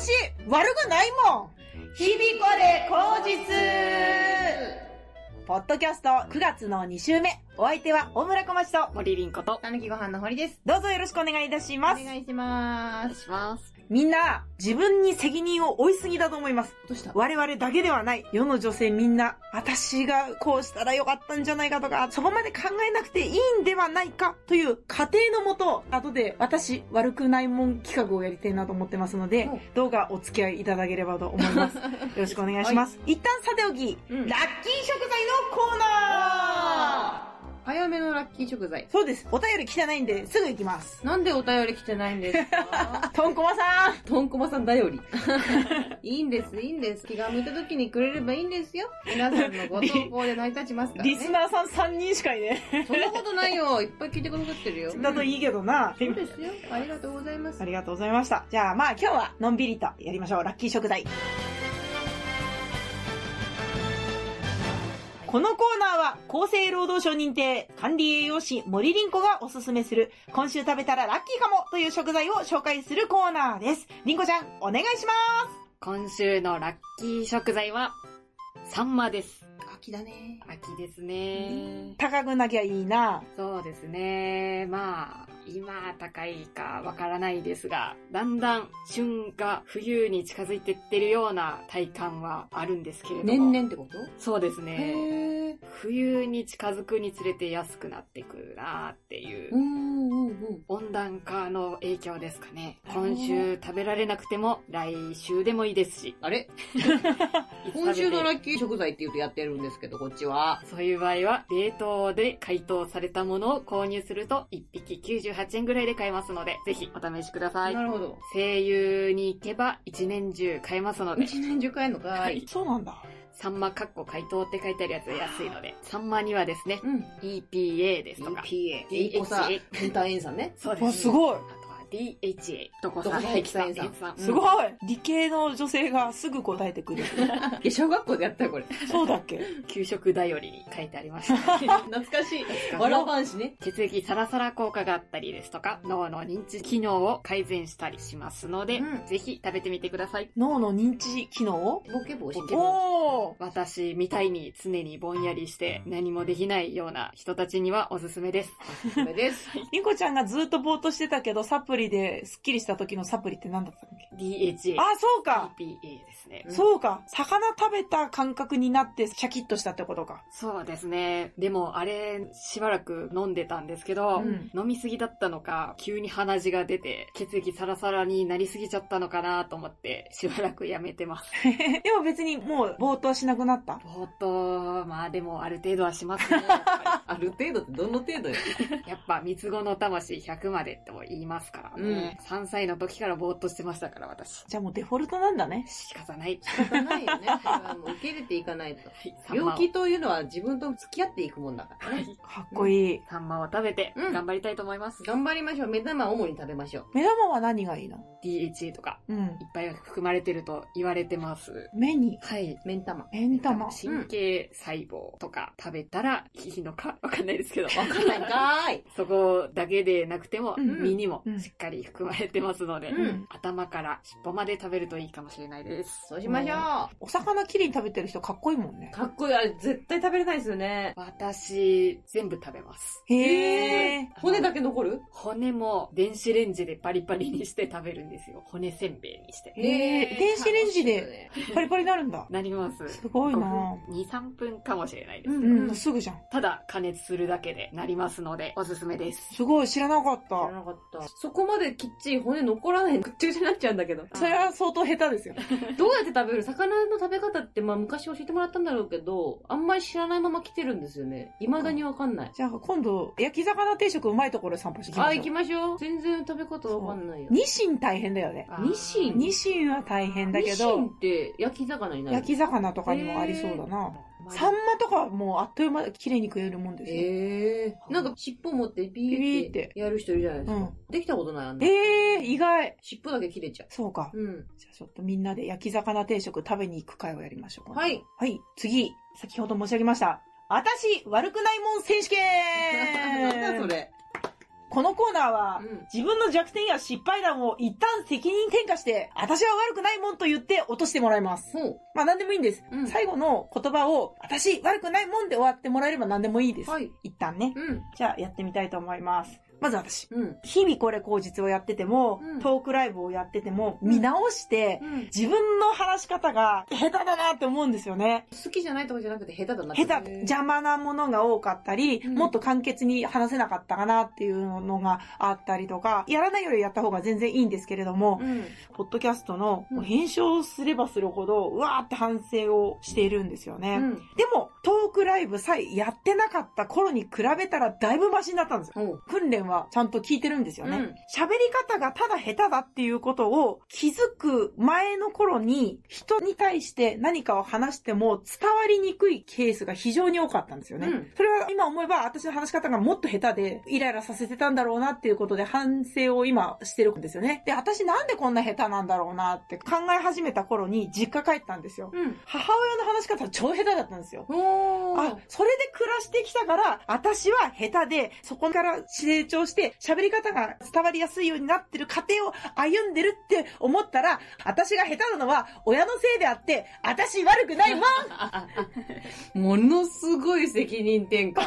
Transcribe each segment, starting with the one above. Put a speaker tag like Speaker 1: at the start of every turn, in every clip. Speaker 1: しい悪くないもん
Speaker 2: 日々これ口実
Speaker 1: ポッドキャスト9月の2週目、お相手は大村小町と、
Speaker 3: 森凛子と。
Speaker 2: たぬきご飯の堀です。
Speaker 1: どうぞよろしくお願いいたし
Speaker 2: お
Speaker 1: ます。
Speaker 2: 願いしま
Speaker 3: お願い
Speaker 2: す。
Speaker 3: します。
Speaker 1: みんな、自分に責任を負いすぎだと思います。
Speaker 2: どうした
Speaker 1: 我々だけではない。世の女性みんな、私がこうしたらよかったんじゃないかとか、そこまで考えなくていいんではないかという過程のもと、後で私、悪くないもん企画をやりたいなと思ってますので
Speaker 2: お、
Speaker 1: どうかお付き合いいただければと思い ます。よろしくお願いします。一旦さておき、
Speaker 2: うん
Speaker 1: ラッキー食材のコーナー
Speaker 2: 早めのラッキー食材。
Speaker 1: そうです。お便り来てないんで、すぐ行きます。
Speaker 2: なんでお便り来てないんです か
Speaker 1: とんこまさん
Speaker 2: とんこまさん頼り。 いいんです、いいんです。気が向いた時にくれればいいんですよ。皆さんのご投稿で成り立ちますからね。
Speaker 1: リスナーさん3人しかいね
Speaker 2: そんなことないよ。いっぱい聞いてくださってるよ。
Speaker 1: え。 だといいけどな。
Speaker 2: そうですよ。ありがとうございます
Speaker 1: あ。りがとうございました。じゃあまあ今日はのんびりとやりましょう。ラッキー食材。このコーナーは厚生労働省認定管理栄養士森凛子がおすすめする今週食べたらラッキーかもという食材を紹介するコーナーです。凛子ちゃん、お願いしま
Speaker 3: 今週のラッキー食材は、サンマです。
Speaker 2: 秋だね。
Speaker 3: 秋ですね
Speaker 1: す。。高くなきゃいいな。
Speaker 3: そうですね。まあ、今高いかわからないですが、だんだん旬が冬に近づいてってるような体感はあるんですけれども。
Speaker 2: 年々ってこと
Speaker 3: そうですね。
Speaker 2: へえ。
Speaker 3: 冬に近づくにつれて安くなってくるなっていう。
Speaker 2: うんうんうん。
Speaker 3: 温暖化の影響ですかね。
Speaker 2: あー
Speaker 3: 今週食べられなくても来週でもいいですし。
Speaker 2: あれ
Speaker 3: いつ食べて
Speaker 2: 今週のラッキー食材って言うとやってるんですけど、こっちは。
Speaker 3: そういう場合は、冷凍で解凍されたものを購入すると、1匹98円ぐらいで買えますので、ぜひお試しください。
Speaker 2: なるほど。
Speaker 3: 声優に行けば一年中買えますので、
Speaker 2: 一年10回のかい。
Speaker 1: そうなんだ。
Speaker 3: サンマかっこ解凍って書いてあるやつ安いので、サンマにはですね、
Speaker 2: うん。
Speaker 3: EPA ですとか、
Speaker 2: EPA。
Speaker 3: DHA
Speaker 2: エコさ、ペンタ塩酸ね。
Speaker 3: そうで
Speaker 1: わ、
Speaker 3: す。
Speaker 1: すごい。
Speaker 3: あとは DHA、どこさ
Speaker 2: ど
Speaker 3: ん、
Speaker 2: こさん
Speaker 3: ヘキサ
Speaker 2: ヘ
Speaker 3: ン、
Speaker 2: キサン
Speaker 3: ヘキサン
Speaker 1: すごい、理系の女性がすぐ答えてく る。
Speaker 2: いや、小学校でやったよ、これ。
Speaker 1: そうだっけ
Speaker 3: 給食頼りに書いてありました。
Speaker 2: 懐かしい。わらばんしね。
Speaker 3: 血液サラサラ効果があったりですとか、脳の認知機能を改善したりしますので、
Speaker 2: うん
Speaker 3: ぜひ食べてみてください。
Speaker 1: 脳の認知機能
Speaker 2: ボケ防止
Speaker 3: ボケ
Speaker 1: おー
Speaker 3: 私みたいに常にぼんやりして何もできないような人たちにはおすすめです。
Speaker 2: これです。
Speaker 1: リコちゃんがずっとぼーっとしてたけど、サプリでスッキリした時のサプリって何だったっけ
Speaker 3: DHA。
Speaker 1: あ、そうか
Speaker 3: EPA ですね。
Speaker 2: うん
Speaker 1: そうか魚食べた感覚になってシャキッとしたってこと か。
Speaker 3: そうですね。でも、あれ、しばらく飲んでたんですけど、
Speaker 1: うん
Speaker 3: 飲みすぎだったのか、急に鼻血が出て、血液サラサラになりすぎちゃったのかなと思って、しばらくやめてます。
Speaker 1: でも別にもうぼーっとはしなくなった。
Speaker 3: ぼーっと、まあでも、ある程度はしますね。やっぱ
Speaker 2: あ
Speaker 3: り
Speaker 2: る程度ってどの程度よ。
Speaker 3: やっぱ、三つ子の魂100までっても言いますからね。3歳の時からぼーっとしてましたから、私。
Speaker 1: じゃあもうデフォルトなんだね。
Speaker 3: 仕方 ない。
Speaker 2: 仕方ないよね。それはもう受け入れていかないと。病気というのは自分と付き合っていくもんだからね。
Speaker 1: かっこいい。
Speaker 3: サンマを食べて、
Speaker 2: うん
Speaker 3: 頑張りたいと思います。
Speaker 2: 頑張りましょう。目玉は主に食べましょう。
Speaker 1: 目玉は何がいいの
Speaker 3: DHA とか、
Speaker 1: うん
Speaker 3: い。っぱい含まれてると言われてます。
Speaker 1: 目に、
Speaker 3: はい。
Speaker 2: 目ん玉。わ
Speaker 1: 目ん玉。
Speaker 3: 神経細胞とか食べたらいいのかわかんないですけど。
Speaker 2: かんないかーい。
Speaker 3: そこだけでなくても、
Speaker 1: うん
Speaker 3: 身にも
Speaker 1: うん
Speaker 3: しっかり含まれてますので、
Speaker 2: うん
Speaker 3: 頭から尻尾まで食べるといいかもしれないです。
Speaker 2: そうしましょ
Speaker 1: お魚きれいに食べてる人かっこいいもんね
Speaker 2: う。。かっこいい。あれ絶対食べれないですよね。
Speaker 3: 私、全部食べます。
Speaker 1: へー。
Speaker 2: 骨だけ残る
Speaker 3: 骨も電子レンジでパリパリにして食べるんですよ。骨せんべいにして。
Speaker 1: へえ電子レンジで。パリパリになるんだ。
Speaker 3: なります。
Speaker 1: すごいな
Speaker 3: 5分2、3分かもしれないです。
Speaker 2: うん
Speaker 1: うん、すぐじゃん。
Speaker 3: ただ加熱するだけでなりますので、おすすめです。
Speaker 1: すごい、知らなかっ
Speaker 2: 知ら
Speaker 1: た。
Speaker 2: なかった。そこまできっちり骨残らない。ぐっちゃぐちゃになっちゃうんだけど。
Speaker 1: それは相当下手ですよ。
Speaker 2: どうやって食べる魚の食べ方って、まあ昔教えてもらったんだろうけど、あんまり知らないまま来てるんですよね。未だにわかんない。
Speaker 1: じゃあ今度、焼き魚定食うまいところ散歩してきま
Speaker 2: あ、
Speaker 1: し
Speaker 2: 行
Speaker 1: ょ
Speaker 2: き
Speaker 1: う。
Speaker 2: ましょう。全然食べ方わかんないよ。
Speaker 1: ニシン大変だよね。
Speaker 3: あー
Speaker 2: ニシン
Speaker 1: ニシンは大変だけ
Speaker 2: ニシン
Speaker 1: ど、
Speaker 2: って焼き魚になる。
Speaker 1: 焼き魚とかにもありそうだな。サンマとかはもうあっという間綺麗に食えるもんですよ。
Speaker 2: ええなんか尻尾持ってビーっ
Speaker 1: ビーって
Speaker 2: てやる人いるじゃないです
Speaker 1: う
Speaker 2: か。
Speaker 1: ん。
Speaker 2: できたことないあんな。
Speaker 1: ええー、意外。
Speaker 2: 尻尾だけ切れちゃう。
Speaker 1: そうか。
Speaker 2: うん。
Speaker 1: じゃあちょっとみんなで焼き魚定食食べに行く会をやりましょう。
Speaker 2: はい。
Speaker 1: はい、次。先ほど申し上げました。私、悪くないもん選手権
Speaker 2: れ。
Speaker 1: ここのコーナーは、
Speaker 2: うん
Speaker 1: 自分の弱点や失敗談を一旦責任転嫁して、私は悪くないもんと言って落としてもらいます。
Speaker 2: ほう。
Speaker 1: まあ何でもいいんです。
Speaker 2: うん
Speaker 1: 最後の言葉を、私悪くないもんで終わってもらえれば何でもいいです。
Speaker 2: はい。
Speaker 1: 一旦ね。
Speaker 2: うん。
Speaker 1: じゃあやってみたいと思います。まず私。
Speaker 2: うん。
Speaker 1: 日々これ口実をやってても、
Speaker 2: うん
Speaker 1: トークライブをやってても、見直して、
Speaker 2: うん。
Speaker 1: 自分の話し方が下手だなって思うんですよね。
Speaker 2: 好きじゃないとかじゃなくて下手だなって。
Speaker 1: 下手、邪魔なものが多かったり、
Speaker 2: うん
Speaker 1: もっと簡潔に話せなかったかなっていうのがあったりとか、やらないよりやった方が全然いいんですけれども、
Speaker 2: うん。
Speaker 1: ポッドキャストの
Speaker 2: うん
Speaker 1: 編集をすればするほど、うわーって反省をしているんですよね。
Speaker 2: うん。
Speaker 1: でも、トークライブさえやってなかった頃に比べたらだいぶマシになったんですよ。
Speaker 2: ほう。
Speaker 1: 訓練はちゃんと聞いてるんですよね。
Speaker 2: うん
Speaker 1: 喋り方がただ下手だっていうことを気づく前の頃に人に対して何かを話しても伝わりにくいケースが非常に多かったんですよね。
Speaker 2: うん
Speaker 1: それは今思えば私の話し方がもっと下手でイライラさせてたんだろうなっていうことで反省を今してるんですよね。で、私なんでこんな下手なんだろうなって考え始めた頃に実家帰ったんですよ。
Speaker 2: うん。
Speaker 1: 母親の話し方超下手だったんですよ。
Speaker 2: ほう。
Speaker 1: あ、それで暮らしてきたから、私は下手で、そこから成長して、喋り方が伝わりやすいようになってる過程を歩んでるって思ったら、私が下手なのは親のせいであって、私悪くないもん
Speaker 2: ものすごい責任転換。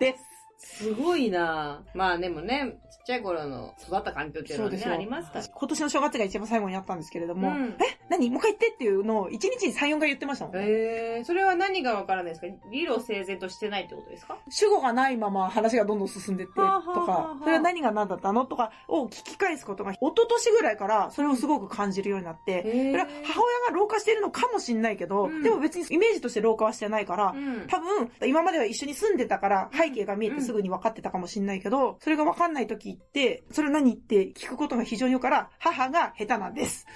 Speaker 1: です。
Speaker 2: すごいなぁまあでもね、ちっちゃい頃の育った環境っていうのは
Speaker 1: そう
Speaker 2: ね、
Speaker 1: ですよ
Speaker 2: ありますから。
Speaker 1: 今年の正月が一番最後にあったんですけれども、
Speaker 2: うん
Speaker 1: え、何もう一回言ってっていうのを一日に3、4回言ってましたもんね。
Speaker 2: えー、それは何がわからないですか理路整然としてないってことですか
Speaker 1: 主語がないまま話がどんどん進んでってと
Speaker 2: はあはあはあは
Speaker 1: か
Speaker 2: あ、
Speaker 1: それは何が何だったのとかを聞き返すことが、一昨年ぐらいからそれをすごく感じるようになって、それは母親が老化してるのかもしんないけど、
Speaker 2: うん
Speaker 1: でも別にイメージとして老化はしてないから、
Speaker 2: うん。
Speaker 1: 多分、今までは一緒に住んでたから、背景が見えてすぐに分かってたかもしんないけど、それが分かんない時って、それ何って聞くことが非常に多いから、母が下手なんです。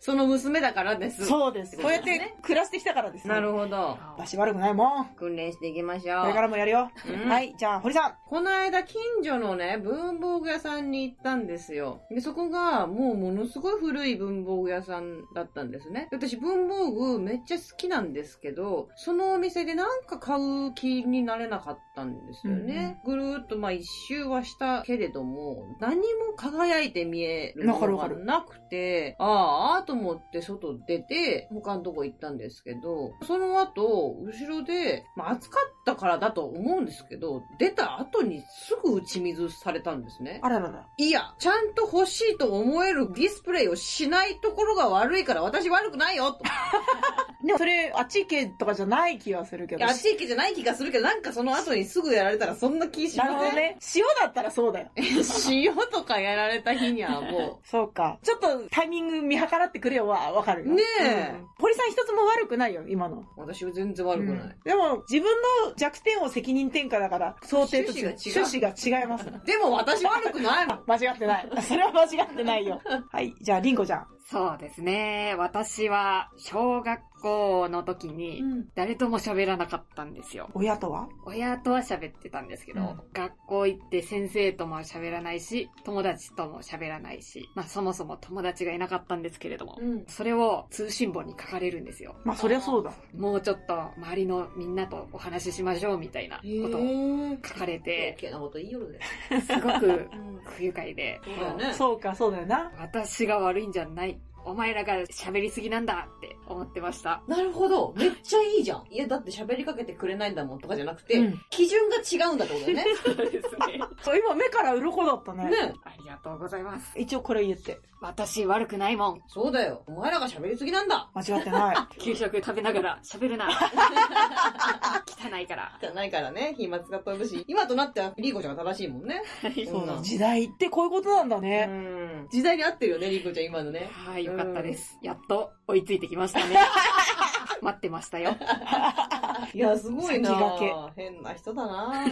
Speaker 2: その娘だからです。
Speaker 1: そうです。
Speaker 2: そうですね
Speaker 1: こうやって暮らしてきたからです。
Speaker 2: なるほど。
Speaker 1: 私悪くないもん。
Speaker 2: 訓練していきましょう。
Speaker 1: これからもやるよ。
Speaker 2: うん
Speaker 1: はい、じゃあ、堀さん。
Speaker 2: この間近所のね、文房具屋さんに行ったんですよ。で、そこがもうものすごい古い文房具屋さんだったんですね。で私文房具めっちゃ好きなんですけど、そのお店でなんか買う気になれなかったんですよね。ぐるーっとまあ一周はしたけれども、何も輝いて見えるも
Speaker 1: わ
Speaker 2: の
Speaker 1: か
Speaker 2: が
Speaker 1: るわか
Speaker 2: なくて、ああ、と思って外出て、他のとこ行ったんですけど、その後、後ろで、まあ暑かったからだと思うんですけど、出た後にすぐ打ち水されたんですね。
Speaker 1: あららら。
Speaker 2: いや、ちゃんと欲しいと思えるディスプレイをしないところが悪いから私悪くない よと。
Speaker 1: でもそれ、あっち行けとかじゃない気はするけ
Speaker 2: い
Speaker 1: ど。
Speaker 2: や、地域じゃない気がするけど、なんかその後にすぐやられたらそんな気し
Speaker 1: な
Speaker 2: ま
Speaker 1: るほど
Speaker 2: せん、
Speaker 1: ね。塩だったらそうだよ。
Speaker 2: 塩とかやられた日にはも
Speaker 1: そうか。 ちょっとタイミング見計らってくれよはわかるよ。
Speaker 2: ねえ
Speaker 1: うん堀さん一つも悪くないよ、今の。
Speaker 2: う、私は全然悪くない。
Speaker 1: うんでも、自分の弱点を責任転嫁だから、想定と違う。
Speaker 2: 趣旨が違う
Speaker 1: 趣旨が違います。
Speaker 2: でも私悪くないもん。
Speaker 1: 間違ってない。 それは間違ってない よ。はい。じゃあ、リンゴちゃん。
Speaker 3: そうですね。私は、小学校の時に、誰とも喋らなかったんですよ。
Speaker 1: 親とは
Speaker 3: 親とは喋ってたんですけど、
Speaker 1: うん
Speaker 3: 学校行って先生とも喋らないし、友達とも喋らないし、まあそもそも友達がいなかったんですけれども、
Speaker 2: うん。
Speaker 3: それを通信簿に書かれるんですよ。
Speaker 1: まあ、そりゃそうだ。
Speaker 3: もうちょっと周りのみんなとお話ししましょうみたいなことを
Speaker 2: え。
Speaker 3: 書かれ て、
Speaker 2: OK なこと言いよるで。
Speaker 3: すごく
Speaker 2: うん。
Speaker 3: 不愉快で、
Speaker 2: そうだよね。
Speaker 1: そうか、そうだよな。
Speaker 3: 私が悪いんじゃない。お前らが喋りすぎなんだって思ってました。
Speaker 2: なるほど。めっちゃいいじゃん。いや、だって喋りかけてくれないんだもんとかじゃなくて、
Speaker 1: うん
Speaker 2: 基準が違うんだってことだよ
Speaker 3: そうですね。
Speaker 1: そう、今目から鱗だったね。
Speaker 2: ね。ね。
Speaker 3: ありがとうございます。
Speaker 1: 一応これ言って。
Speaker 3: 私悪くないもん。
Speaker 2: そうだよ。お前らが喋りすぎなんだ。
Speaker 1: 間違って ない。
Speaker 3: 給食食べながら喋るな。汚いから。
Speaker 2: じゃないからね、暇使っ飛ぶし。今となってはリーコちゃんが正しいもんね。
Speaker 1: そうだ。
Speaker 2: ん
Speaker 1: 時代ってこういうことなんだね。
Speaker 2: うん時代に合ってるよね、リーコちゃん今のね。
Speaker 3: はい、よかったです。やっと追いついてきました ね。待ってましたよ。
Speaker 2: いや、すごいな
Speaker 1: 先駆
Speaker 2: 変な人だ
Speaker 1: う、
Speaker 2: なん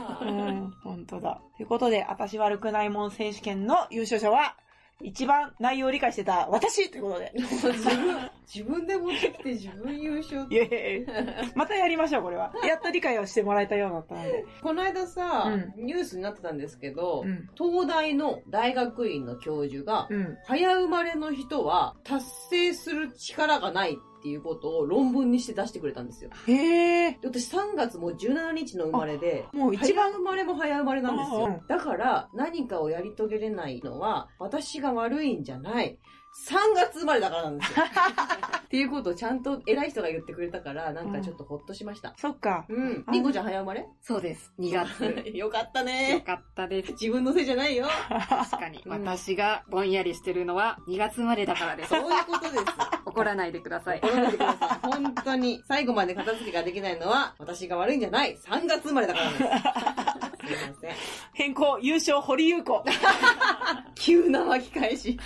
Speaker 1: 本当だ。ということで、私悪くないもん選手権の優勝者は、一番内容を理解してた私ということで。
Speaker 2: 自分、自分で持ってきて自分優勝って
Speaker 1: イエーイ。またやりましょう、こ れは。やっと理解をしてもらえたようだったので。
Speaker 2: この間さ、
Speaker 1: う
Speaker 2: ニュースになってたんですけど、
Speaker 1: うん。
Speaker 2: 東大の大学院の教授が、
Speaker 1: うん。
Speaker 2: 早生まれの人は達成する力がないっっていうことを論文にして出してくれたんですよ。
Speaker 1: へえ。
Speaker 2: で私3月もう17日の生まれで、
Speaker 1: もう一
Speaker 2: 一
Speaker 1: 番
Speaker 2: 番生まれも早生まれなんです
Speaker 1: う
Speaker 2: よ
Speaker 1: ん。
Speaker 2: だから、何かをやり遂げれないのは、私が悪いんじゃない。3月生まれだからなんです よ。っていうことをちゃんと偉い人が言ってくれたから、なんかちょっとほっとしました。
Speaker 1: そっか。
Speaker 2: うん
Speaker 1: あ。
Speaker 2: りんごちゃん早生まれ
Speaker 3: そうです。2月。
Speaker 2: よかった
Speaker 3: よ
Speaker 2: ね。
Speaker 3: かったです。
Speaker 2: 自分のせいじゃないよ。
Speaker 3: 確かに。
Speaker 2: うん
Speaker 3: 私がぼんやりしてるのは2月生まれだからです
Speaker 2: そ。ういうことです。
Speaker 3: 怒らないでください。
Speaker 2: 怒らないでください。 本当に。最後まで片付けができないのは、私が悪いんじゃない。3月生まれだから なんです。すいません。
Speaker 1: 変更、優勝、堀優子。
Speaker 2: 急な巻き返し。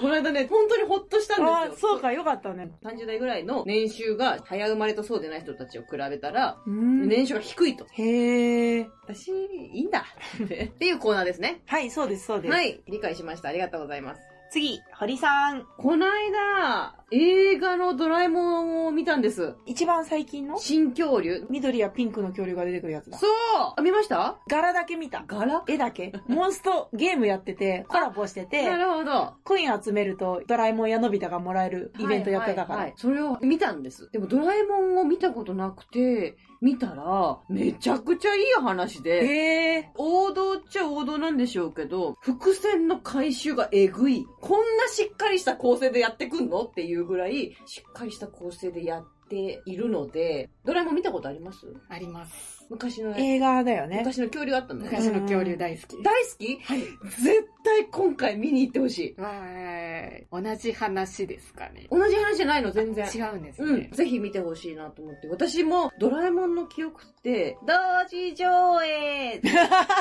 Speaker 2: この間ね、本当にほっとした
Speaker 1: あ
Speaker 2: ん
Speaker 1: あ、
Speaker 2: ですよ。
Speaker 1: そうか、よかったね。
Speaker 2: 30代ぐらいの年収が早生まれとそうでない人たちを比べたら、
Speaker 1: うん
Speaker 2: 年収が低いと。
Speaker 1: へえ。
Speaker 2: 私、いいんだ。っていうコーナーですね。
Speaker 1: はい、そうです、そうです。
Speaker 2: はい。理解しました。ありがとうございます。
Speaker 1: 次、堀さん。
Speaker 2: この間、映画のドラえもんを見たんです。
Speaker 1: 一番最近の
Speaker 2: 新恐竜。
Speaker 1: 緑やピンクの恐竜が出てくるやつだ。
Speaker 2: そうあ見ました
Speaker 1: 柄だけ見た。
Speaker 2: 柄
Speaker 1: 絵だ け。モンストゲームやってて、コラボして
Speaker 2: な
Speaker 1: て、
Speaker 2: るほど。
Speaker 1: コイン集めるとドラえもんやのび太がもらえるイベントやってたから。
Speaker 2: はいはいはいそれを見たんです。でもドラえもんを見たことなくて、見たら、めちゃくちゃいい話で、
Speaker 1: へえ。
Speaker 2: 王道っちゃ王道なんでしょうけど、伏線の回収がえぐい。こんなしっかりした構成でやってくんのっていうぐらい、しっかりした構成でやっているので、ドラえもん見たことあります
Speaker 3: あります。
Speaker 2: 昔の、
Speaker 1: 映画だよね。
Speaker 2: 昔の恐竜あったのね。
Speaker 3: 昔の恐竜大好き。
Speaker 2: 大好き
Speaker 3: はい。
Speaker 2: 絶対今回見に行ってほしい。
Speaker 3: わーい同じ話ですかね。
Speaker 2: 同じ話じゃないの、全然。
Speaker 3: 違うんです
Speaker 2: うん
Speaker 3: ね、。
Speaker 2: ぜひ見てほしいなと思って。私も、ドラえもんの記憶って、同時上映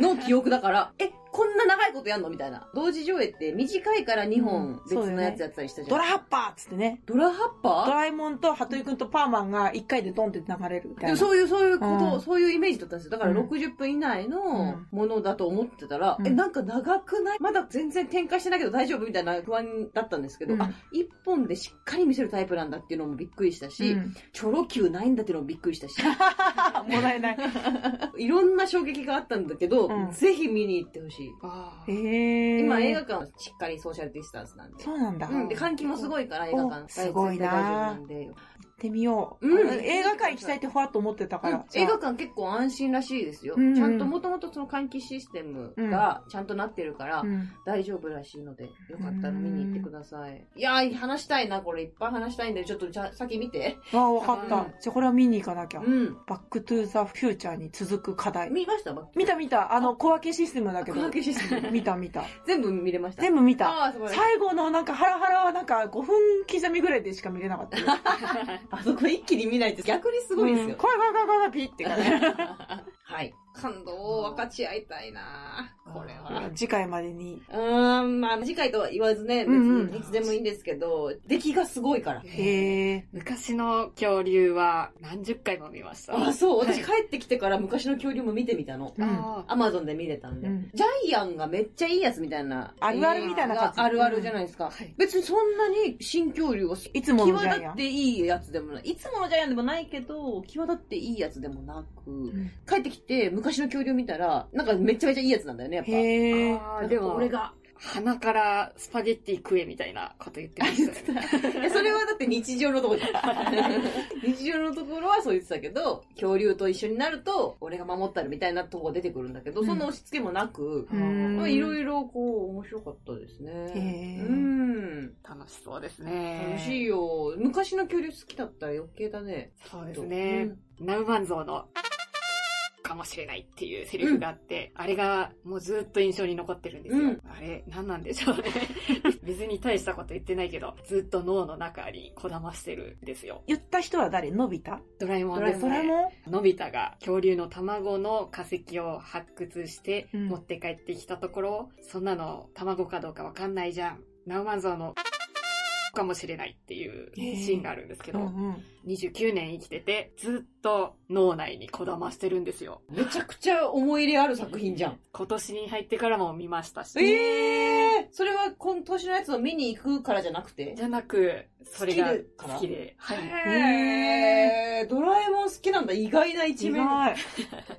Speaker 2: の記憶だから、え、こんな長いことやんのみたいな。同時上映って短いから2本別
Speaker 1: そうだよ
Speaker 2: の
Speaker 1: ね
Speaker 2: やつやったりしたじゃ
Speaker 1: ド
Speaker 2: ん。
Speaker 1: ラハッパーっつってね。
Speaker 2: ドラハッパ
Speaker 1: ド
Speaker 2: ー
Speaker 1: ラえもんと羽鳥くんとパーマンが一回でドンって流れるみたい
Speaker 2: でも
Speaker 1: な。
Speaker 2: そういう、そういうこと、
Speaker 1: うん
Speaker 2: そういうイメージだったんですよ。だから
Speaker 1: うん
Speaker 2: 60分以内の
Speaker 1: うん
Speaker 2: ものだと思ってたら、
Speaker 1: うん
Speaker 2: え、なんか長くないまだ全然展開してないけど大丈夫みたいな不安だったんですけど、
Speaker 1: うん
Speaker 2: あ、1本でしっかり見せるタイプなんだっていうのもびっくりしたし、
Speaker 1: うん
Speaker 2: チョロ Q ないんだっていうのもびっくりしたし。
Speaker 1: あもらえ ない。
Speaker 2: いろんな衝撃があったんだけど、
Speaker 1: うん
Speaker 2: ぜひ見に行ってほしい。
Speaker 3: あー
Speaker 1: へえ。
Speaker 2: 今映画館はしっかりソーシャルディスタンスなんで。
Speaker 1: そうなんだ。
Speaker 2: うん、で換気もすごいから映画
Speaker 1: お
Speaker 2: 館。
Speaker 1: すごいな
Speaker 2: 大丈夫なんで
Speaker 1: 行ってみよう。
Speaker 2: うん
Speaker 1: あの映画館行きたいってふわっと思ってたから。
Speaker 2: 映画館結構安心らしいですよ。
Speaker 1: うんうん
Speaker 2: ちゃんともともとその換気システムがちゃんとなってるから、
Speaker 1: うん
Speaker 2: 大丈夫らしいので、よかったら見に行ってください。いやー、話したいな、これ。いっぱい話したいんで、ちょっとじゃあ先見て。
Speaker 1: ああ、わかった
Speaker 2: う。
Speaker 1: じゃあこれは見に行かなきゃ。
Speaker 2: うん。
Speaker 1: バックトゥーザフューチャーに続く課題。
Speaker 2: 見ました
Speaker 1: 見た見た。あの、小分けシステムだけ
Speaker 2: 小
Speaker 1: ど。
Speaker 2: 分けシステム。
Speaker 1: 見た 見た。
Speaker 2: 全部見れました。
Speaker 1: 全部見た。
Speaker 2: ああ、すごい。
Speaker 1: 最後のなんかハラハラはなんか5分刻みぐらいでしか見れなかったよ。
Speaker 2: あそこ一気に見ないって逆にすごいですよ。
Speaker 1: うん怖い怖い怖い怖いピッ て感じ。
Speaker 2: はい。感動を分かち合いたいなこれは。
Speaker 1: 次回までに。
Speaker 2: うーん、まあ、次回とは言わずね、別
Speaker 1: うんうん
Speaker 2: にいつでもいいんですけど、出来がすごいから。
Speaker 1: へえ。
Speaker 3: 昔の恐竜は何十回も見ました。
Speaker 2: あ、そう。私帰ってきてから昔の恐竜も見てみたの。
Speaker 1: うん。
Speaker 3: あー
Speaker 2: アマゾンで見れたんで、
Speaker 1: うん
Speaker 2: ジャイアンがめっちゃいいやつみたいな。
Speaker 1: あるあるみたいな感じ
Speaker 2: あるあるじゃないですか。
Speaker 3: はい
Speaker 2: 別にそんなに新恐竜は
Speaker 1: いつものジャイ
Speaker 2: 際立
Speaker 1: ア
Speaker 2: っ
Speaker 1: ン。
Speaker 2: ていいやつでもない。いつものジャイアンでもないけど、際立っていいやつでもなく、
Speaker 1: ん
Speaker 2: 帰ってきて昔の恐竜見たら、なんかめちゃめちゃいいやつなんだよね、やっぱ。
Speaker 1: へえ。
Speaker 3: あ
Speaker 2: な
Speaker 3: ー
Speaker 2: んか
Speaker 3: でも、
Speaker 2: 俺が。
Speaker 3: 鼻からスパゲッティ食えみたいなこと言ってましたよね。
Speaker 2: えそれはだって日常のところ日常のところはそう言ってたけど、恐竜と一緒になると、俺が守ったるみたいなとこが出てくるんだけど、
Speaker 1: うん
Speaker 2: そんな押し付けもなく、
Speaker 1: うん
Speaker 2: まあいろいろこう、面白かったですね。
Speaker 1: へー
Speaker 2: うん。
Speaker 3: 楽しそうですね。
Speaker 2: 楽しいよ。昔の恐竜好きだったら余計だね。
Speaker 3: そうですね。ナウマンゾウの、かもしれないっていうセリフがあって、あれがもうずっと印象に残ってるんですよ。
Speaker 2: うん
Speaker 3: あれ、何なんでしょうね。 別に大したこと言ってないけど、ずっと脳の中にこだましてるんですよ。
Speaker 1: 言った人は誰のび太
Speaker 3: ドラえもんです
Speaker 1: ドラえ
Speaker 3: ね。
Speaker 1: もん
Speaker 3: のび太が恐竜の卵の化石を発掘して
Speaker 1: うん
Speaker 3: 持って帰ってきたところ、そんなの卵かどうかわかんないじゃん。ナウマンゾウの、かもしれないっていうシーンがあるんですけど、
Speaker 1: うんうん。
Speaker 3: 29年生きてて、ずっと脳内にこだましてるんですよ。
Speaker 2: めちゃくちゃ思い入れある作品じゃん。
Speaker 3: 今年に入ってからも見ましたし。
Speaker 2: ええー、それは今年のやつを見に行くからじゃなくて
Speaker 3: じゃなく、それが好
Speaker 2: 好
Speaker 3: き
Speaker 2: き
Speaker 3: で。はい。
Speaker 2: へードラえもん好きなんだ意外な一
Speaker 1: 一
Speaker 2: 面
Speaker 1: 面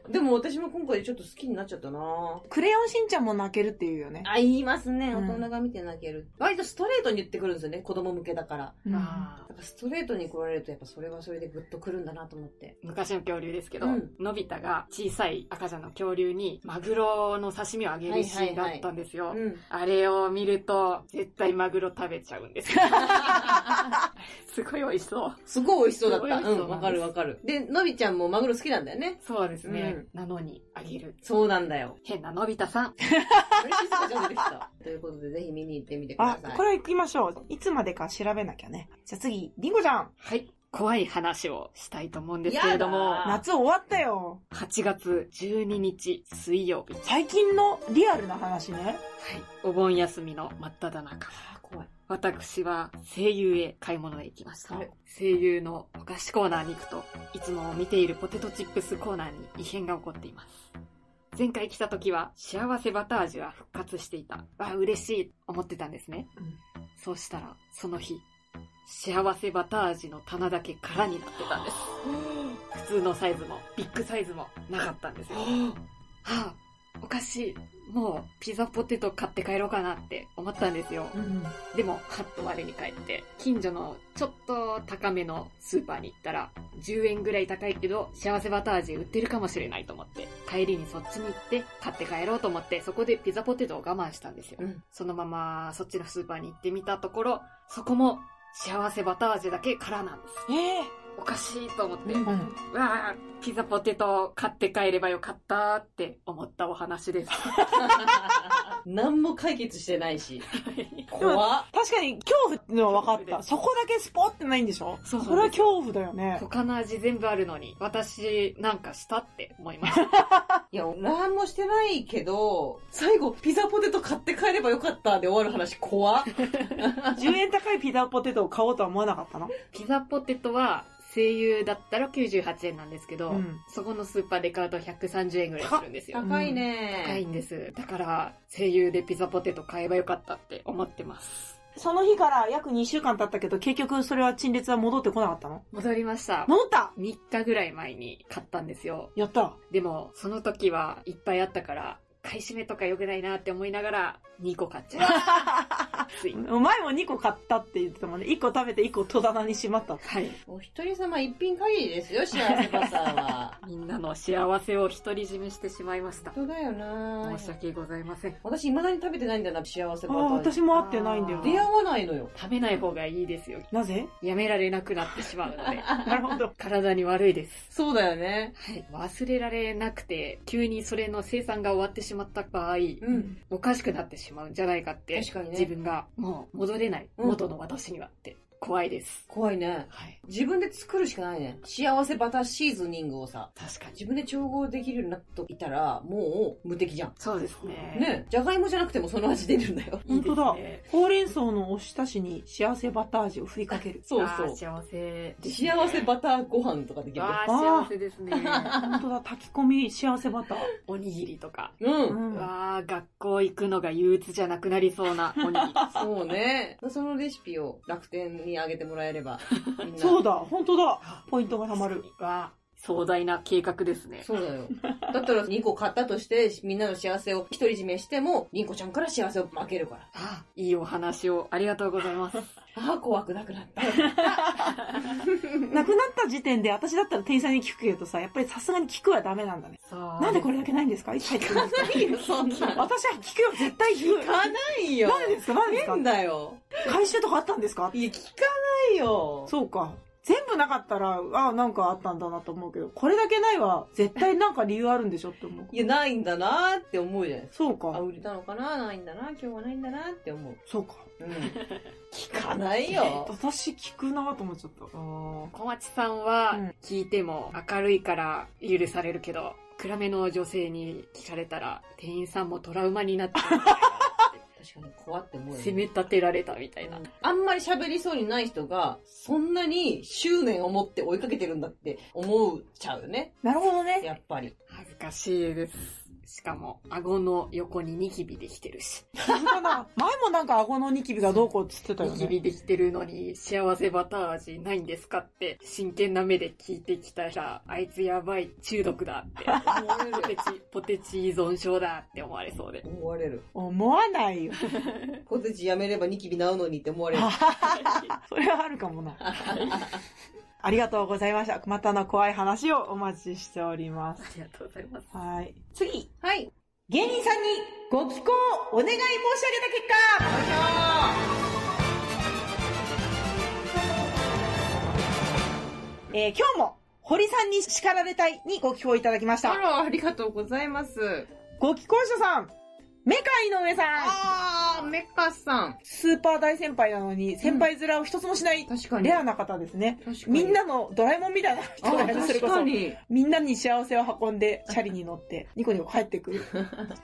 Speaker 2: でも私も今回ちょっと好きになっちゃったな
Speaker 1: クレヨンしんちゃんも泣けるっていうよね。
Speaker 2: あ言いますね
Speaker 1: うん
Speaker 2: 大人が見て泣ける、割とストレートに言ってくるんですよね子供向けだから
Speaker 3: あ
Speaker 2: や
Speaker 3: ー
Speaker 2: っぱストレートに来られるとやっぱそれはそれでグッとくるんだなと思って
Speaker 3: 昔の恐竜ですけど、
Speaker 2: うん
Speaker 3: のび太が小さい赤ちゃんの恐竜にマグロの刺身をあげるシーンがあったんですよ。
Speaker 2: うん
Speaker 3: あれを見ると、絶対マグロ食べちゃうんで すよ。すごい美味しそう。
Speaker 2: すごい美味しそうだった
Speaker 3: すごい美味しそう
Speaker 2: うんわかるわかるでのびちゃんもマグロ好きなんだよね
Speaker 3: そうですね。
Speaker 2: うん
Speaker 3: なのに、あげる。
Speaker 2: そうなんだよ
Speaker 3: 変なのび太さん。
Speaker 2: あれ静香ちゃん出てき たということでぜひ見に行ってみてくだ
Speaker 1: あ
Speaker 2: さい、
Speaker 1: これは行きましょう。いつまでか調べなきゃね。じゃあ次、りんごちゃん。
Speaker 3: はい。怖い話をしたいと思うんですけれども、
Speaker 2: やだ
Speaker 1: 夏終わったよ。
Speaker 3: 8月12日水曜日。
Speaker 1: 最近のリアルな話ね。
Speaker 3: はい。お盆休みの真っ只中。
Speaker 2: あ怖い
Speaker 3: 私は声優へ買い物へ行きました。
Speaker 2: はい
Speaker 3: 声優のお菓子コーナーに行くと、いつも見ているポテトチップスコーナーに異変が起こっています。前回来た時は幸せバター味は復活していた。わあ、嬉しいと思ってたんですね。
Speaker 1: うん
Speaker 3: そうしたら、その日、幸せバター味の棚だけ空になってたんです。普通のサイズも、ビッグサイズもなかったんですよ。はあ、おかしい。もう、ピザポテト買って帰ろうかなって思ったんですよ。
Speaker 1: ん。
Speaker 3: でも、はっと我に返って、近所のちょっと高めのスーパーに行ったら、10円ぐらい高いけど、幸せバター味売ってるかもしれないと思って、帰りにそっちに行って、買って帰ろうと思って、そこでピザポテトを我慢したんですよ。
Speaker 2: うん
Speaker 3: そのまま、そっちのスーパーに行ってみたところ、そこも、幸せバター味だけ空なんです。
Speaker 1: ええ
Speaker 3: おかしいと思って、
Speaker 2: うん
Speaker 1: うん。
Speaker 3: わあ、ピザポテト買って帰ればよかったって思ったお話 です。
Speaker 2: 何も解決してないし
Speaker 3: はい
Speaker 2: 怖っ
Speaker 1: 確かに恐怖のは分かった。そこだけスポってないんでしょ
Speaker 3: そう
Speaker 1: それは恐怖だよね。
Speaker 3: 他の味全部あるのに、私なんかしたって思いました。
Speaker 2: いや、何もしてないけど、最後、ピザポテト買って帰ればよかったで終わる話、怖っ。
Speaker 1: 10円高いピザポテトを買おうとは思わなかったの。
Speaker 3: ピザポテトは声優だったら98円なんですけど、
Speaker 1: うん
Speaker 3: そこのスーパーで買うと130円ぐらいするんですよ。
Speaker 2: 高い
Speaker 3: 高い
Speaker 2: ね。
Speaker 3: んです。だから、声優でピザポテト買えばよかったって思ってます。
Speaker 1: その日から約2週間経ったけど、結局それは陳列は戻ってこなかったの
Speaker 3: 戻りました。
Speaker 1: 戻った
Speaker 3: 3日ぐらい前に買ったんですよ。
Speaker 1: やった。
Speaker 3: でも、その時はいっぱいあったから、買い占めとか良くないなって思いながら、2個買っちゃい ました。つい。
Speaker 1: お前も2個買ったって言ってたもんね。1個食べて1個戸棚にしまった。
Speaker 3: はい。。
Speaker 2: お一人様一品限りですよ、幸せバターは
Speaker 3: みんなの幸せを独り占めしてしまいまし た。
Speaker 2: 本当だよな
Speaker 3: 申し訳ございません。
Speaker 2: 私、未だに食べてないんだな、幸せ
Speaker 1: あ
Speaker 2: バタ
Speaker 1: あ、
Speaker 2: ー。
Speaker 1: 私も会ってないんだよ
Speaker 2: 出会
Speaker 1: な。
Speaker 2: わないのよ。
Speaker 3: 食べない方がいいですよ。
Speaker 1: な ぜ
Speaker 3: やめられなくなってしまうの で。
Speaker 1: なるほど。
Speaker 3: 体に悪いです。
Speaker 2: そうだよね。
Speaker 3: はい。忘れられなくて、急にそれの生産が終わってしまった場合、
Speaker 2: うん。
Speaker 3: おかしくなってしまうんじゃないかって、
Speaker 2: 確かにね
Speaker 3: 自分がもう戻れない、
Speaker 2: うん
Speaker 3: 元の私にはって、怖いです。
Speaker 2: 怖いね。
Speaker 3: はい。
Speaker 2: 自分で作るしかないね。幸せバターシーズニングをさ、
Speaker 3: 確かに。
Speaker 2: 自分で調合できるようになっといたら、もう無敵じゃん。
Speaker 3: そうですね。
Speaker 2: ねじゃがいもじゃなくてもその味出るんだよ。
Speaker 3: いいです
Speaker 1: 本当
Speaker 3: ね。
Speaker 1: だほうれん草のおひたしに幸せバター味を振りかける。
Speaker 2: そう
Speaker 3: あ
Speaker 2: そ
Speaker 3: ー
Speaker 2: う。
Speaker 3: 幸せですね、
Speaker 2: 幸せバターご飯とかできるよ
Speaker 3: わー幸せで すね。
Speaker 1: 本当だ、炊き込み幸せバター。
Speaker 3: おにぎりとか。
Speaker 2: う。
Speaker 1: うんん。
Speaker 3: わあ、学校行くのが憂鬱じゃなくなりそうなおにぎり。
Speaker 2: そうね。そのレシピを楽天にあげてもらえれば、みん な。
Speaker 1: そうだ、本当だ。ポイントが貯まる。。
Speaker 3: わあ、壮大な計画ですね。
Speaker 2: そうだよ。だったら2個買ったとして、みんなの幸せを独り占めしても、りんこちゃんから幸せを負けるから。
Speaker 3: あいいお話をありがとうござい ます。
Speaker 2: ああ、怖くなくなった。
Speaker 1: なくなった時点で私だったら店員さんに聞くけどさ、やっぱりさすがに聞くはダメなんだね。
Speaker 3: そう。
Speaker 1: なんでこれだけないんですかいつ入ってくるんですか
Speaker 2: いいよ、 そんな。
Speaker 1: 私は聞くよ、絶対聞く。
Speaker 2: かないよ。
Speaker 1: なんでですかなんでですか
Speaker 2: 変だよ。
Speaker 1: 回収とかあったんですか
Speaker 2: いや、聞かないよ。
Speaker 1: そうか。全部なかったら、ああ、なんかあったんだなと思うけど、これだけないは、絶対なんか理由あるんでしょって思う。
Speaker 2: いや、ないんだなーって思うじゃないです
Speaker 1: そう
Speaker 2: か。あ、
Speaker 1: か。
Speaker 2: 売れたのかなないんだな今日はないんだなって思う。
Speaker 1: そうか。
Speaker 2: うん。聞かない よ。
Speaker 1: 私聞くなと思っちゃった。
Speaker 3: 小町さんは
Speaker 1: うん
Speaker 3: 聞いても明るいから許されるけ ど、暗めの女性に聞かれたら店員さんもトラウマになってるみたいな
Speaker 2: 確かに怖って思うよね
Speaker 3: 攻め立てられたみたいな。
Speaker 2: あんまり喋りそうにない人が、そんなに執念を持って追いかけてるんだって思っちゃうよね。
Speaker 1: なるほどね。
Speaker 2: やっぱり。
Speaker 3: 恥ずかしいです。しかも、顎の横にニキビできてるし。
Speaker 1: 本当だ前もなんか顎のニキビがどうこうって言ってたよ
Speaker 3: ニキ
Speaker 1: ね。
Speaker 3: ビできてるのに幸せバター味ないんですかって真剣な目で聞いてきたら、あいつやばい、中毒 だって。ポテチ、ポテチ依存症だって思われそうで。
Speaker 2: 思われる。
Speaker 1: 思わないよ。
Speaker 2: ポテチやめればニキビ治るのにって思われる。
Speaker 1: それはあるかもな。ありがとうございました。またの怖い話をお待ちしております。
Speaker 3: ありがとうございます。
Speaker 1: はい。次、
Speaker 2: はい。
Speaker 1: 芸人さんにご寄稿をお願い申し上げた結果、えー今日も堀さんに叱られたいにご寄稿いただきまし
Speaker 2: あ
Speaker 1: た。
Speaker 2: ら、ありがとうございます。
Speaker 1: ご寄稿者さん、メカ井上さん、
Speaker 2: あー、メカさん。
Speaker 1: スーパー大先輩なのに先輩面を一つもしない
Speaker 2: 確かに。
Speaker 1: レアな方ですね。
Speaker 2: 確か
Speaker 1: み
Speaker 2: に。
Speaker 1: ん、なのドラえもんみたいな
Speaker 2: あ
Speaker 1: 人だよね、それ
Speaker 2: 確
Speaker 1: こ
Speaker 2: か
Speaker 1: そ。
Speaker 2: に。
Speaker 1: みんなに幸せを運んで、チャリに乗って、ニコニコ帰って くる。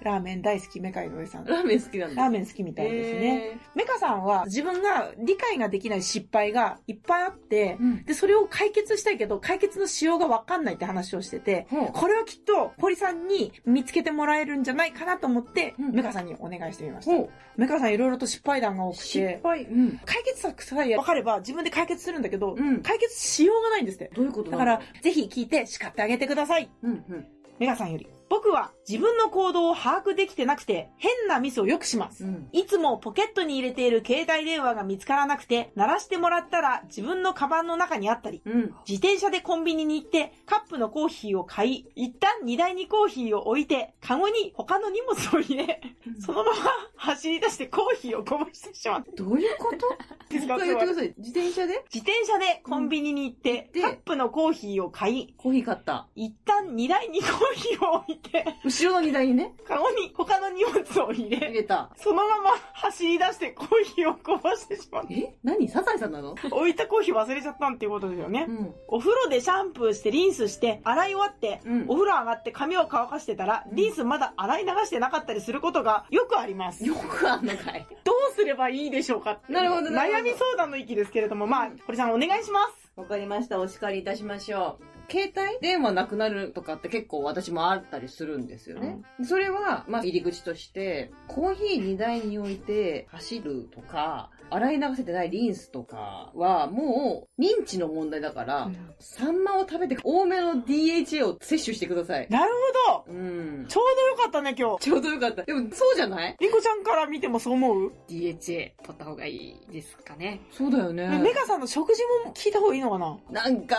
Speaker 1: ラーメン大好き、メカ井上さん。ラ
Speaker 2: ラーメン好きなんだ。
Speaker 1: ーメン好きみたいですね。
Speaker 2: へ
Speaker 1: メカさんは自分が理解ができない失敗がいっぱいあって
Speaker 2: ー。、うん。
Speaker 1: で、それを解決したいけど、解決のしようがわかんないって話をしてて、
Speaker 2: ほう
Speaker 1: これをきっと堀さんに見つけてもらえるんじゃないかなと思って、
Speaker 2: うん
Speaker 1: メカさんにお願いしてみました。
Speaker 2: ほ
Speaker 1: メカさんいろいろと失敗談が多
Speaker 2: う。
Speaker 1: く
Speaker 2: 失
Speaker 1: て、
Speaker 2: 敗。うん。
Speaker 1: 解決策さえ分かれば自分で解決するんだけど、
Speaker 2: うん
Speaker 1: 解決しようがないんですって。
Speaker 2: どういうこと
Speaker 1: だ
Speaker 2: な
Speaker 1: か
Speaker 2: ん
Speaker 1: ら
Speaker 2: ろ、
Speaker 1: ぜひ聞いて叱ってあげてください。
Speaker 2: ううんうん。
Speaker 1: メガさんより。僕は自分の行動を把握できてなくて、変なミスをよくします。
Speaker 2: うん。
Speaker 1: いつもポケットに入れている携帯電話が見つからなくて、鳴らしてもらったら自分のカバンの中にあったり、
Speaker 2: うん。
Speaker 1: 自転車でコンビニに行って、カップのコーヒーを買い、一旦荷台にコーヒーを置いて、カゴに他の荷物を入れ、 そのまま走り出してコーヒーをこぼしてしまった。
Speaker 2: どういうこと
Speaker 1: で
Speaker 2: 一
Speaker 1: すか
Speaker 2: 回言ってください。自転車で
Speaker 1: 自転車でコンビニに行って、
Speaker 2: うん
Speaker 1: カップのコーヒーを買い、
Speaker 2: コーヒー買った。
Speaker 1: 一旦荷台にコーヒーを置いて、
Speaker 2: 後ろの荷台にね、
Speaker 1: カゴに他の荷物を入
Speaker 2: 入
Speaker 1: れ、
Speaker 2: れた。
Speaker 1: そのまま走り出してコーヒーをこぼしてしまった。
Speaker 2: え何サザエさんなの
Speaker 1: 置いたコーヒー忘れちゃったっていうことですよね
Speaker 2: う。ん。
Speaker 1: お風呂でシャンプーしてリンスして、洗い終わって、
Speaker 2: う ん
Speaker 1: お風呂上がって髪を乾かしてたら、リンスまだ洗い流してなかったりすることがよくあります。
Speaker 2: よくあんのかい。
Speaker 1: どうすればいいでしょうか
Speaker 2: なるほどなるほど
Speaker 1: 悩み相談の域ですけれども、まあ、堀さんお願いします。
Speaker 2: わかりました。お叱りいたしましょう。携帯電話なくなるとかって結構私もあったりするんですよね。それは、まあ入り口として、コーヒー荷台に置いて走るとか、洗い流せてないリンスとかはもう認知の問題だから、サンマを食べて多めの DHA を摂取してください。
Speaker 1: なるほど
Speaker 2: うん。
Speaker 1: ちょうどよかったね、今日。
Speaker 2: ちょうどよかった。でもそうじゃない
Speaker 1: りんこちゃんから見てもそう思う、
Speaker 3: DHA 取った方がいいですかね。
Speaker 2: そうだよね
Speaker 1: メガさんの食事も聞いた方がいいのかな
Speaker 2: なんか、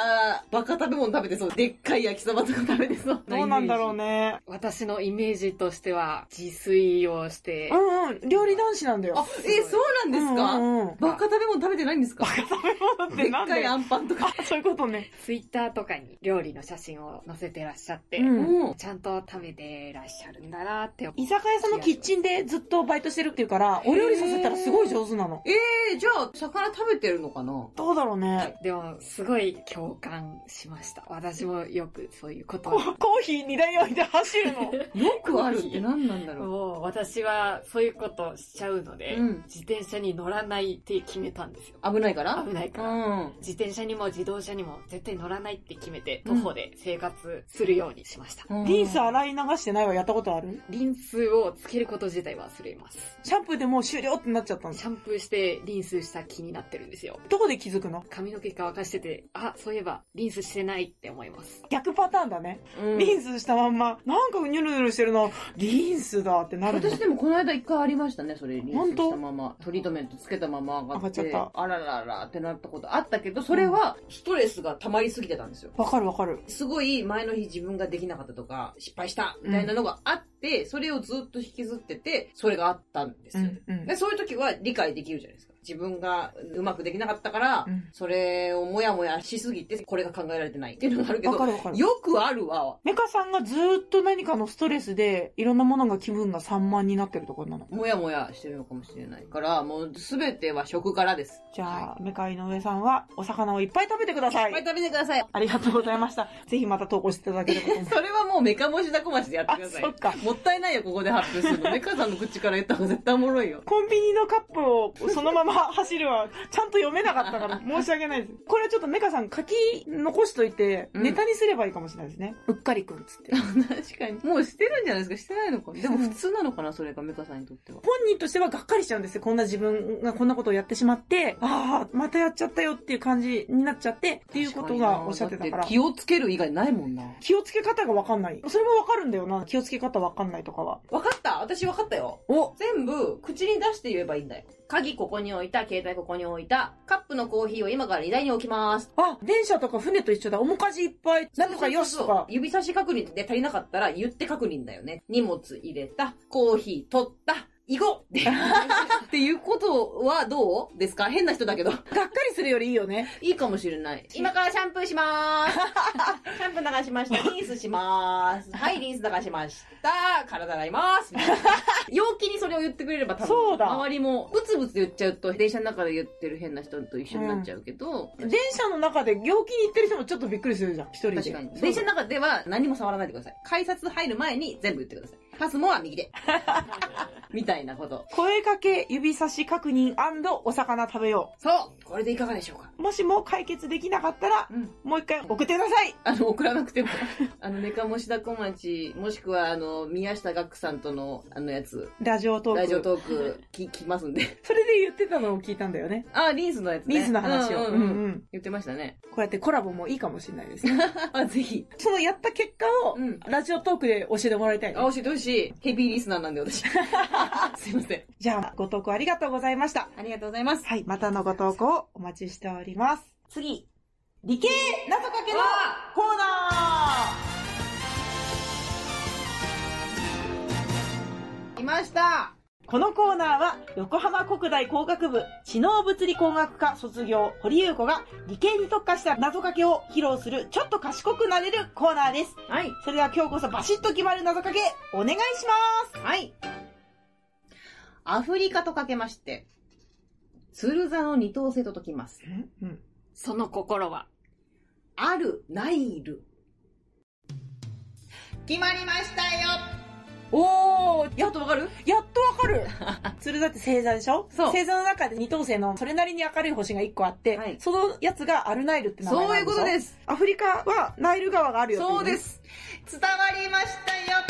Speaker 2: バカ食べ物食べてそう。でっかい焼きそばとか食べてそう。
Speaker 1: どうなんだろうね。
Speaker 3: 私のイメージとしては、自炊をして
Speaker 1: う、んうん。料理男子なんだよ。
Speaker 2: あ、え、そうなんですか、
Speaker 1: うんうんうん
Speaker 2: バカ食べ物食べてないんですか
Speaker 1: 食べ物っ
Speaker 2: で
Speaker 1: て
Speaker 2: っ
Speaker 1: なん
Speaker 2: か
Speaker 1: だ
Speaker 2: いア
Speaker 1: よ。
Speaker 2: ンパンとか。
Speaker 1: あ、そういうことね。
Speaker 3: ツイッターとかに料理の写真を載せてらっしゃって、
Speaker 1: うん
Speaker 2: うん。
Speaker 3: ちゃんと食べてらっしゃるんだなって。
Speaker 1: 居酒屋さんのキッチンでずっとバイトしてるっていうから、お料理させたらすごい上手なの。
Speaker 2: えー、じゃあ、魚食べてるのかな
Speaker 1: どうだろうね。
Speaker 3: でも、すごい共感しました。私もよくそういうこと
Speaker 1: コ
Speaker 3: を
Speaker 1: コーヒー荷台に置いて走るの。
Speaker 2: よくあるって何なんだろう。
Speaker 3: もう私はそういうことしちゃうので、
Speaker 2: うん
Speaker 3: 自転車に乗らないって決めたんですよ。
Speaker 2: 危ないから
Speaker 3: 危ないから。
Speaker 2: うん。
Speaker 3: 自転車にも自動車にも絶対乗らないって決めて、
Speaker 2: う
Speaker 3: 徒
Speaker 2: ん
Speaker 3: 歩で生活するようにしました。
Speaker 1: リンス
Speaker 2: あ
Speaker 1: 洗い流してないわ、やったことある
Speaker 3: リンスをつけること自体は忘れます。
Speaker 1: シャンプーでもう終了ってなっちゃったんで
Speaker 3: シ
Speaker 1: す。
Speaker 3: ャンプーしてリンスした気になってるんですよ。
Speaker 1: どこで気づくの
Speaker 3: 髪の毛乾かしてて、あ、そういえばリンスしてないって思います。
Speaker 1: 逆パターンだね。
Speaker 2: うん
Speaker 1: リンスしたまんま、なんかニュルニュルしてるの、リンスだってなるの
Speaker 2: 私。でもこの間一回ありましたね、それ。リンス
Speaker 1: 本当
Speaker 2: したまま、トリートメントつけたまま上がって。
Speaker 1: 上がっちゃっ
Speaker 2: あらららってなったことあったけど、それはストレスが溜まりすぎてたんですよ。
Speaker 1: わかるわかる。
Speaker 2: すごい前の日自分ができなかったとか、失敗した、みたいなのがあって、それをずっと引きずってて、それがあったんです
Speaker 1: う
Speaker 2: よ。
Speaker 1: んうん
Speaker 2: で、。そういう時は理解できるじゃないですか。自分がうまくできなかったから、
Speaker 1: うん
Speaker 2: それをもやもやしすぎて、これが考えられてないっていうのがあるけ
Speaker 1: わか
Speaker 2: ど、
Speaker 1: るわかる。
Speaker 2: よくあるわ。
Speaker 1: メカさんがずーっと何かのストレスで、いろんなものが気分が散漫になってるところなの。
Speaker 2: もやもやしてるのかもしれないから、もうすべては食からです。
Speaker 1: じ
Speaker 2: は
Speaker 1: ゃあ、メカ井上さんは、お魚をいっぱい食べてくださ
Speaker 2: い、いっぱい
Speaker 1: い。
Speaker 2: 食べてください。
Speaker 1: ありがとうございました。ぜひまた投稿していただければと思います。
Speaker 2: それはもうメカモシダコマシでやって
Speaker 1: あ
Speaker 2: くだ、さい
Speaker 1: そっ。か。
Speaker 2: もったいないよ、ここで発表するの。メカさんの口から言った方が絶対おもろいよ。
Speaker 1: コンビニのカップをそのまま走るは、ちゃんと読めなかった から申し訳ないです。これはちょっとメカさん書き残しといて、
Speaker 2: うん
Speaker 1: ネタにすればいいかもしれないですね。うっかりくんっつって。
Speaker 2: 確かに。もうしてるんじゃないですかしてないのかなでも普通なのかなそれがメカさんにとっては。
Speaker 1: 本人としてはがっかりしちゃうんですよ。こんな自分がこんなことをやってしまって、ああ、またやっちゃったよっていう感じになっちゃって、っていうことがおっしゃってたか
Speaker 2: だ
Speaker 1: ら
Speaker 2: て。気をつける以外ないもんな。
Speaker 1: 気をつけ方がわかんない。それもわかるんだよな。気をつけ方わかんないとかは。
Speaker 2: わかった私わかったよ
Speaker 1: お
Speaker 2: 全部口に出して言えばいいんだよ。鍵ここに置いた、携帯ここに置いた、カップのコーヒーを今から荷台に置きます。
Speaker 1: あ、電車とか船と一緒だ。面かじいっぱい。なんとかよしと
Speaker 2: そうそうそ
Speaker 1: か。
Speaker 2: う指差し確認で足りなかったら言って確認だよね。荷物入れた、コーヒー取 った、行こうっていうことはどうですか変な人だけど。
Speaker 1: がっかりするよりいいよね。
Speaker 2: いいかもしれない。今からシャンプーし まーす。シャンプー流しました。リンスしま ーす。はい、リンス流しました。体洗います。 陽気にそれを言ってくれれば多分、
Speaker 1: そうだ
Speaker 2: 周りも、ブツブツ言っちゃうと、電車の中で言ってる変な人と一緒になっちゃうけど、
Speaker 1: 電車の中で陽気に行ってる人もちょっとびっくりするじゃん。一人で。
Speaker 2: 確かに。電車の中では何も触らないでください。改札入る前に全部言ってください。パスモは右 で。みたいなこと。
Speaker 1: 声かけ、指差し確認お魚食べよ
Speaker 2: そうこれでいかがでしょうか
Speaker 1: う。もしも解決できなかったら、
Speaker 2: うん。
Speaker 1: もう一回送ってください
Speaker 2: あの、送らなくても。 あの、ネカモシダコマチ、もしくは、あの、宮下岳さんとの、あのやつ、
Speaker 1: ラジオトーク。
Speaker 2: ラジオトーク、聞きますんで。
Speaker 1: それで言ってたのを聞いたんだよね。
Speaker 2: あ、リンスのやつね。
Speaker 1: リースの話を。うんんうんん、
Speaker 2: ううう
Speaker 1: うんん
Speaker 2: 言ってましたね。
Speaker 1: こうやってコラボもいいかもしれないですね。
Speaker 2: あ、ぜひ。
Speaker 1: そのやった結果を、
Speaker 2: うん
Speaker 1: ラジオトークで教えてもらいたいね、
Speaker 2: あ、教えてほしい。ヘビーリスナーなんで、私。 すいません。
Speaker 1: じゃあ、ご投稿ありがとうございました。
Speaker 2: ありがとうございます。
Speaker 1: はい、またのご投稿をお待ちしております。
Speaker 2: 次。
Speaker 1: 理系謎かけの
Speaker 2: わ
Speaker 1: コーナ
Speaker 2: 来ました
Speaker 1: ーこのコーナーは、横浜国大工学部知能物理工学科卒業、堀優子が理系に特化した謎かけを披露する、ちょっと賢くなれるコーナーです。
Speaker 2: はい。
Speaker 1: それでは今日こそバシッと決まる謎かけ、お願いします
Speaker 2: はい。アフリカとかけまして、ツルザの二等星と解きます。
Speaker 1: うん、
Speaker 3: その心は
Speaker 2: ある、ないる。決まりましたよおー、やっとわかる
Speaker 1: やっとわかる 鶴だって星座でしょ
Speaker 2: そう
Speaker 1: 星座の中で二等星のそれなりに明るい星が一個あって、
Speaker 2: はい
Speaker 1: そのやつがアルナイルって名前
Speaker 2: そ
Speaker 1: な
Speaker 2: うんいうこと
Speaker 1: す。
Speaker 2: です。
Speaker 1: アフリカはナイル川があるよってい。
Speaker 2: そうですす。伝わりましたよ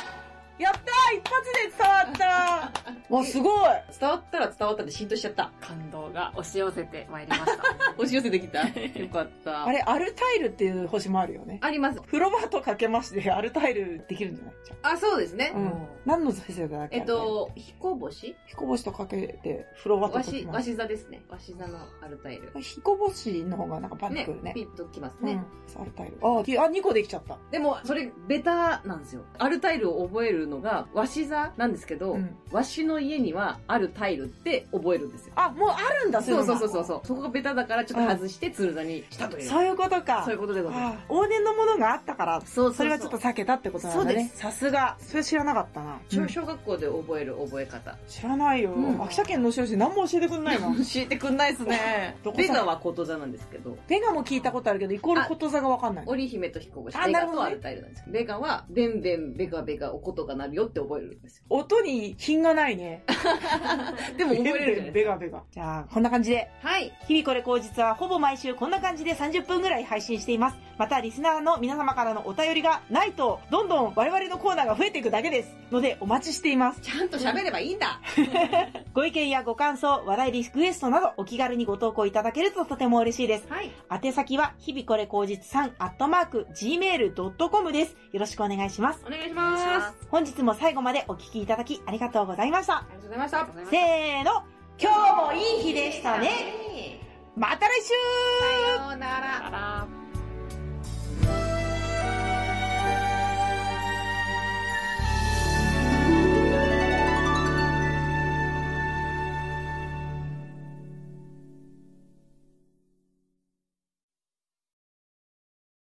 Speaker 1: やったー一発で伝わった わ、すごい
Speaker 2: 伝わったら伝わったで浸透しちゃった。
Speaker 3: 感動が押し寄せてまいりました。
Speaker 2: 押し寄せてきた。よかった。
Speaker 1: あれ、アルタイルっていう星もあるよね。
Speaker 2: あります。
Speaker 1: フロマートかけまして、アルタイルできるんじゃないじゃ
Speaker 2: あ、そうですね
Speaker 1: あ。うん。何の星座だっけ
Speaker 2: えっ、と、彦
Speaker 1: ア
Speaker 2: 星
Speaker 1: ルタイル彦星とかけて、フロマート
Speaker 2: わ
Speaker 1: かけ
Speaker 2: し、
Speaker 1: ま
Speaker 2: わ
Speaker 1: し
Speaker 2: し座ですね。わし座のアルタイル。
Speaker 1: て。彦星の方がなんかパッ
Speaker 2: ね
Speaker 1: とくるね。
Speaker 2: ピッときます
Speaker 1: う
Speaker 2: ね。
Speaker 1: ん。アルタイル。あー、あ、2個できちゃった。
Speaker 2: でも、それ、ベタなんですよ。アルタイルを覚えるのが、わし座なんですけど、
Speaker 1: うん。
Speaker 2: わしの家にはあるタイルって覚えるんですよ。
Speaker 1: あ、もうあるんだ、
Speaker 2: そうそうそううそうそう。そこがベタだからちょっと外して鶴座にしたという。
Speaker 1: そういうことか。
Speaker 2: そういうことでございま
Speaker 1: ああ往年のものがあったから、
Speaker 2: す。そうそうう
Speaker 1: それはちょっと避けたってことなんだ
Speaker 2: そう
Speaker 1: ね
Speaker 2: で。
Speaker 1: さすが。それ知らなかったな。
Speaker 2: 小小学校で覚える覚え方。
Speaker 1: 知らないよ。
Speaker 2: うん
Speaker 1: 秋田県の教師何も教えてくんない な。
Speaker 2: 教えてくんないですね
Speaker 1: ど。こ
Speaker 2: ベ
Speaker 1: さ
Speaker 2: ガはこと座なんですけど、
Speaker 1: ベガも聞いたことあるけど、イコールことざがわかんない。
Speaker 2: 織姫と彦星、
Speaker 1: あ
Speaker 2: ベガ
Speaker 1: なるほ
Speaker 2: と
Speaker 1: ど
Speaker 2: ア
Speaker 1: ね
Speaker 2: ルタイルなんですけど、ベガは、ベンベン、ベガベガ、おことがなびよって覚えるんですよ。
Speaker 1: 音に品がないね。
Speaker 2: でも覚えれるじゃ ないで
Speaker 1: ベガベガ。じゃあ、こんな感じで。
Speaker 2: すか。はい。
Speaker 1: 日々これ口実はほぼ毎週こんな感じで30分ぐらい配信しています。またリスナーの皆様からのお便りがないと、どんどん我々のコーナーが増えていくだけです。ので、お待ちしています。
Speaker 2: ちゃんと喋ればいいんだ。
Speaker 1: ご意見やご感想、話題リクエストなどお気軽にご投稿いただけるととても嬉しいです。
Speaker 2: はい。
Speaker 1: 宛先は、日々これ口実さん、アットマーク、gmail.com です。よろしくお願いします。
Speaker 2: お願いし
Speaker 3: お願いし
Speaker 2: ま
Speaker 3: ます
Speaker 2: す。
Speaker 1: 本日も最後までお聞きいただきありがとうございました。
Speaker 2: ありがとうございました。
Speaker 1: せーの、今日もいい日でしたね。また来週
Speaker 2: さようなら。
Speaker 3: あら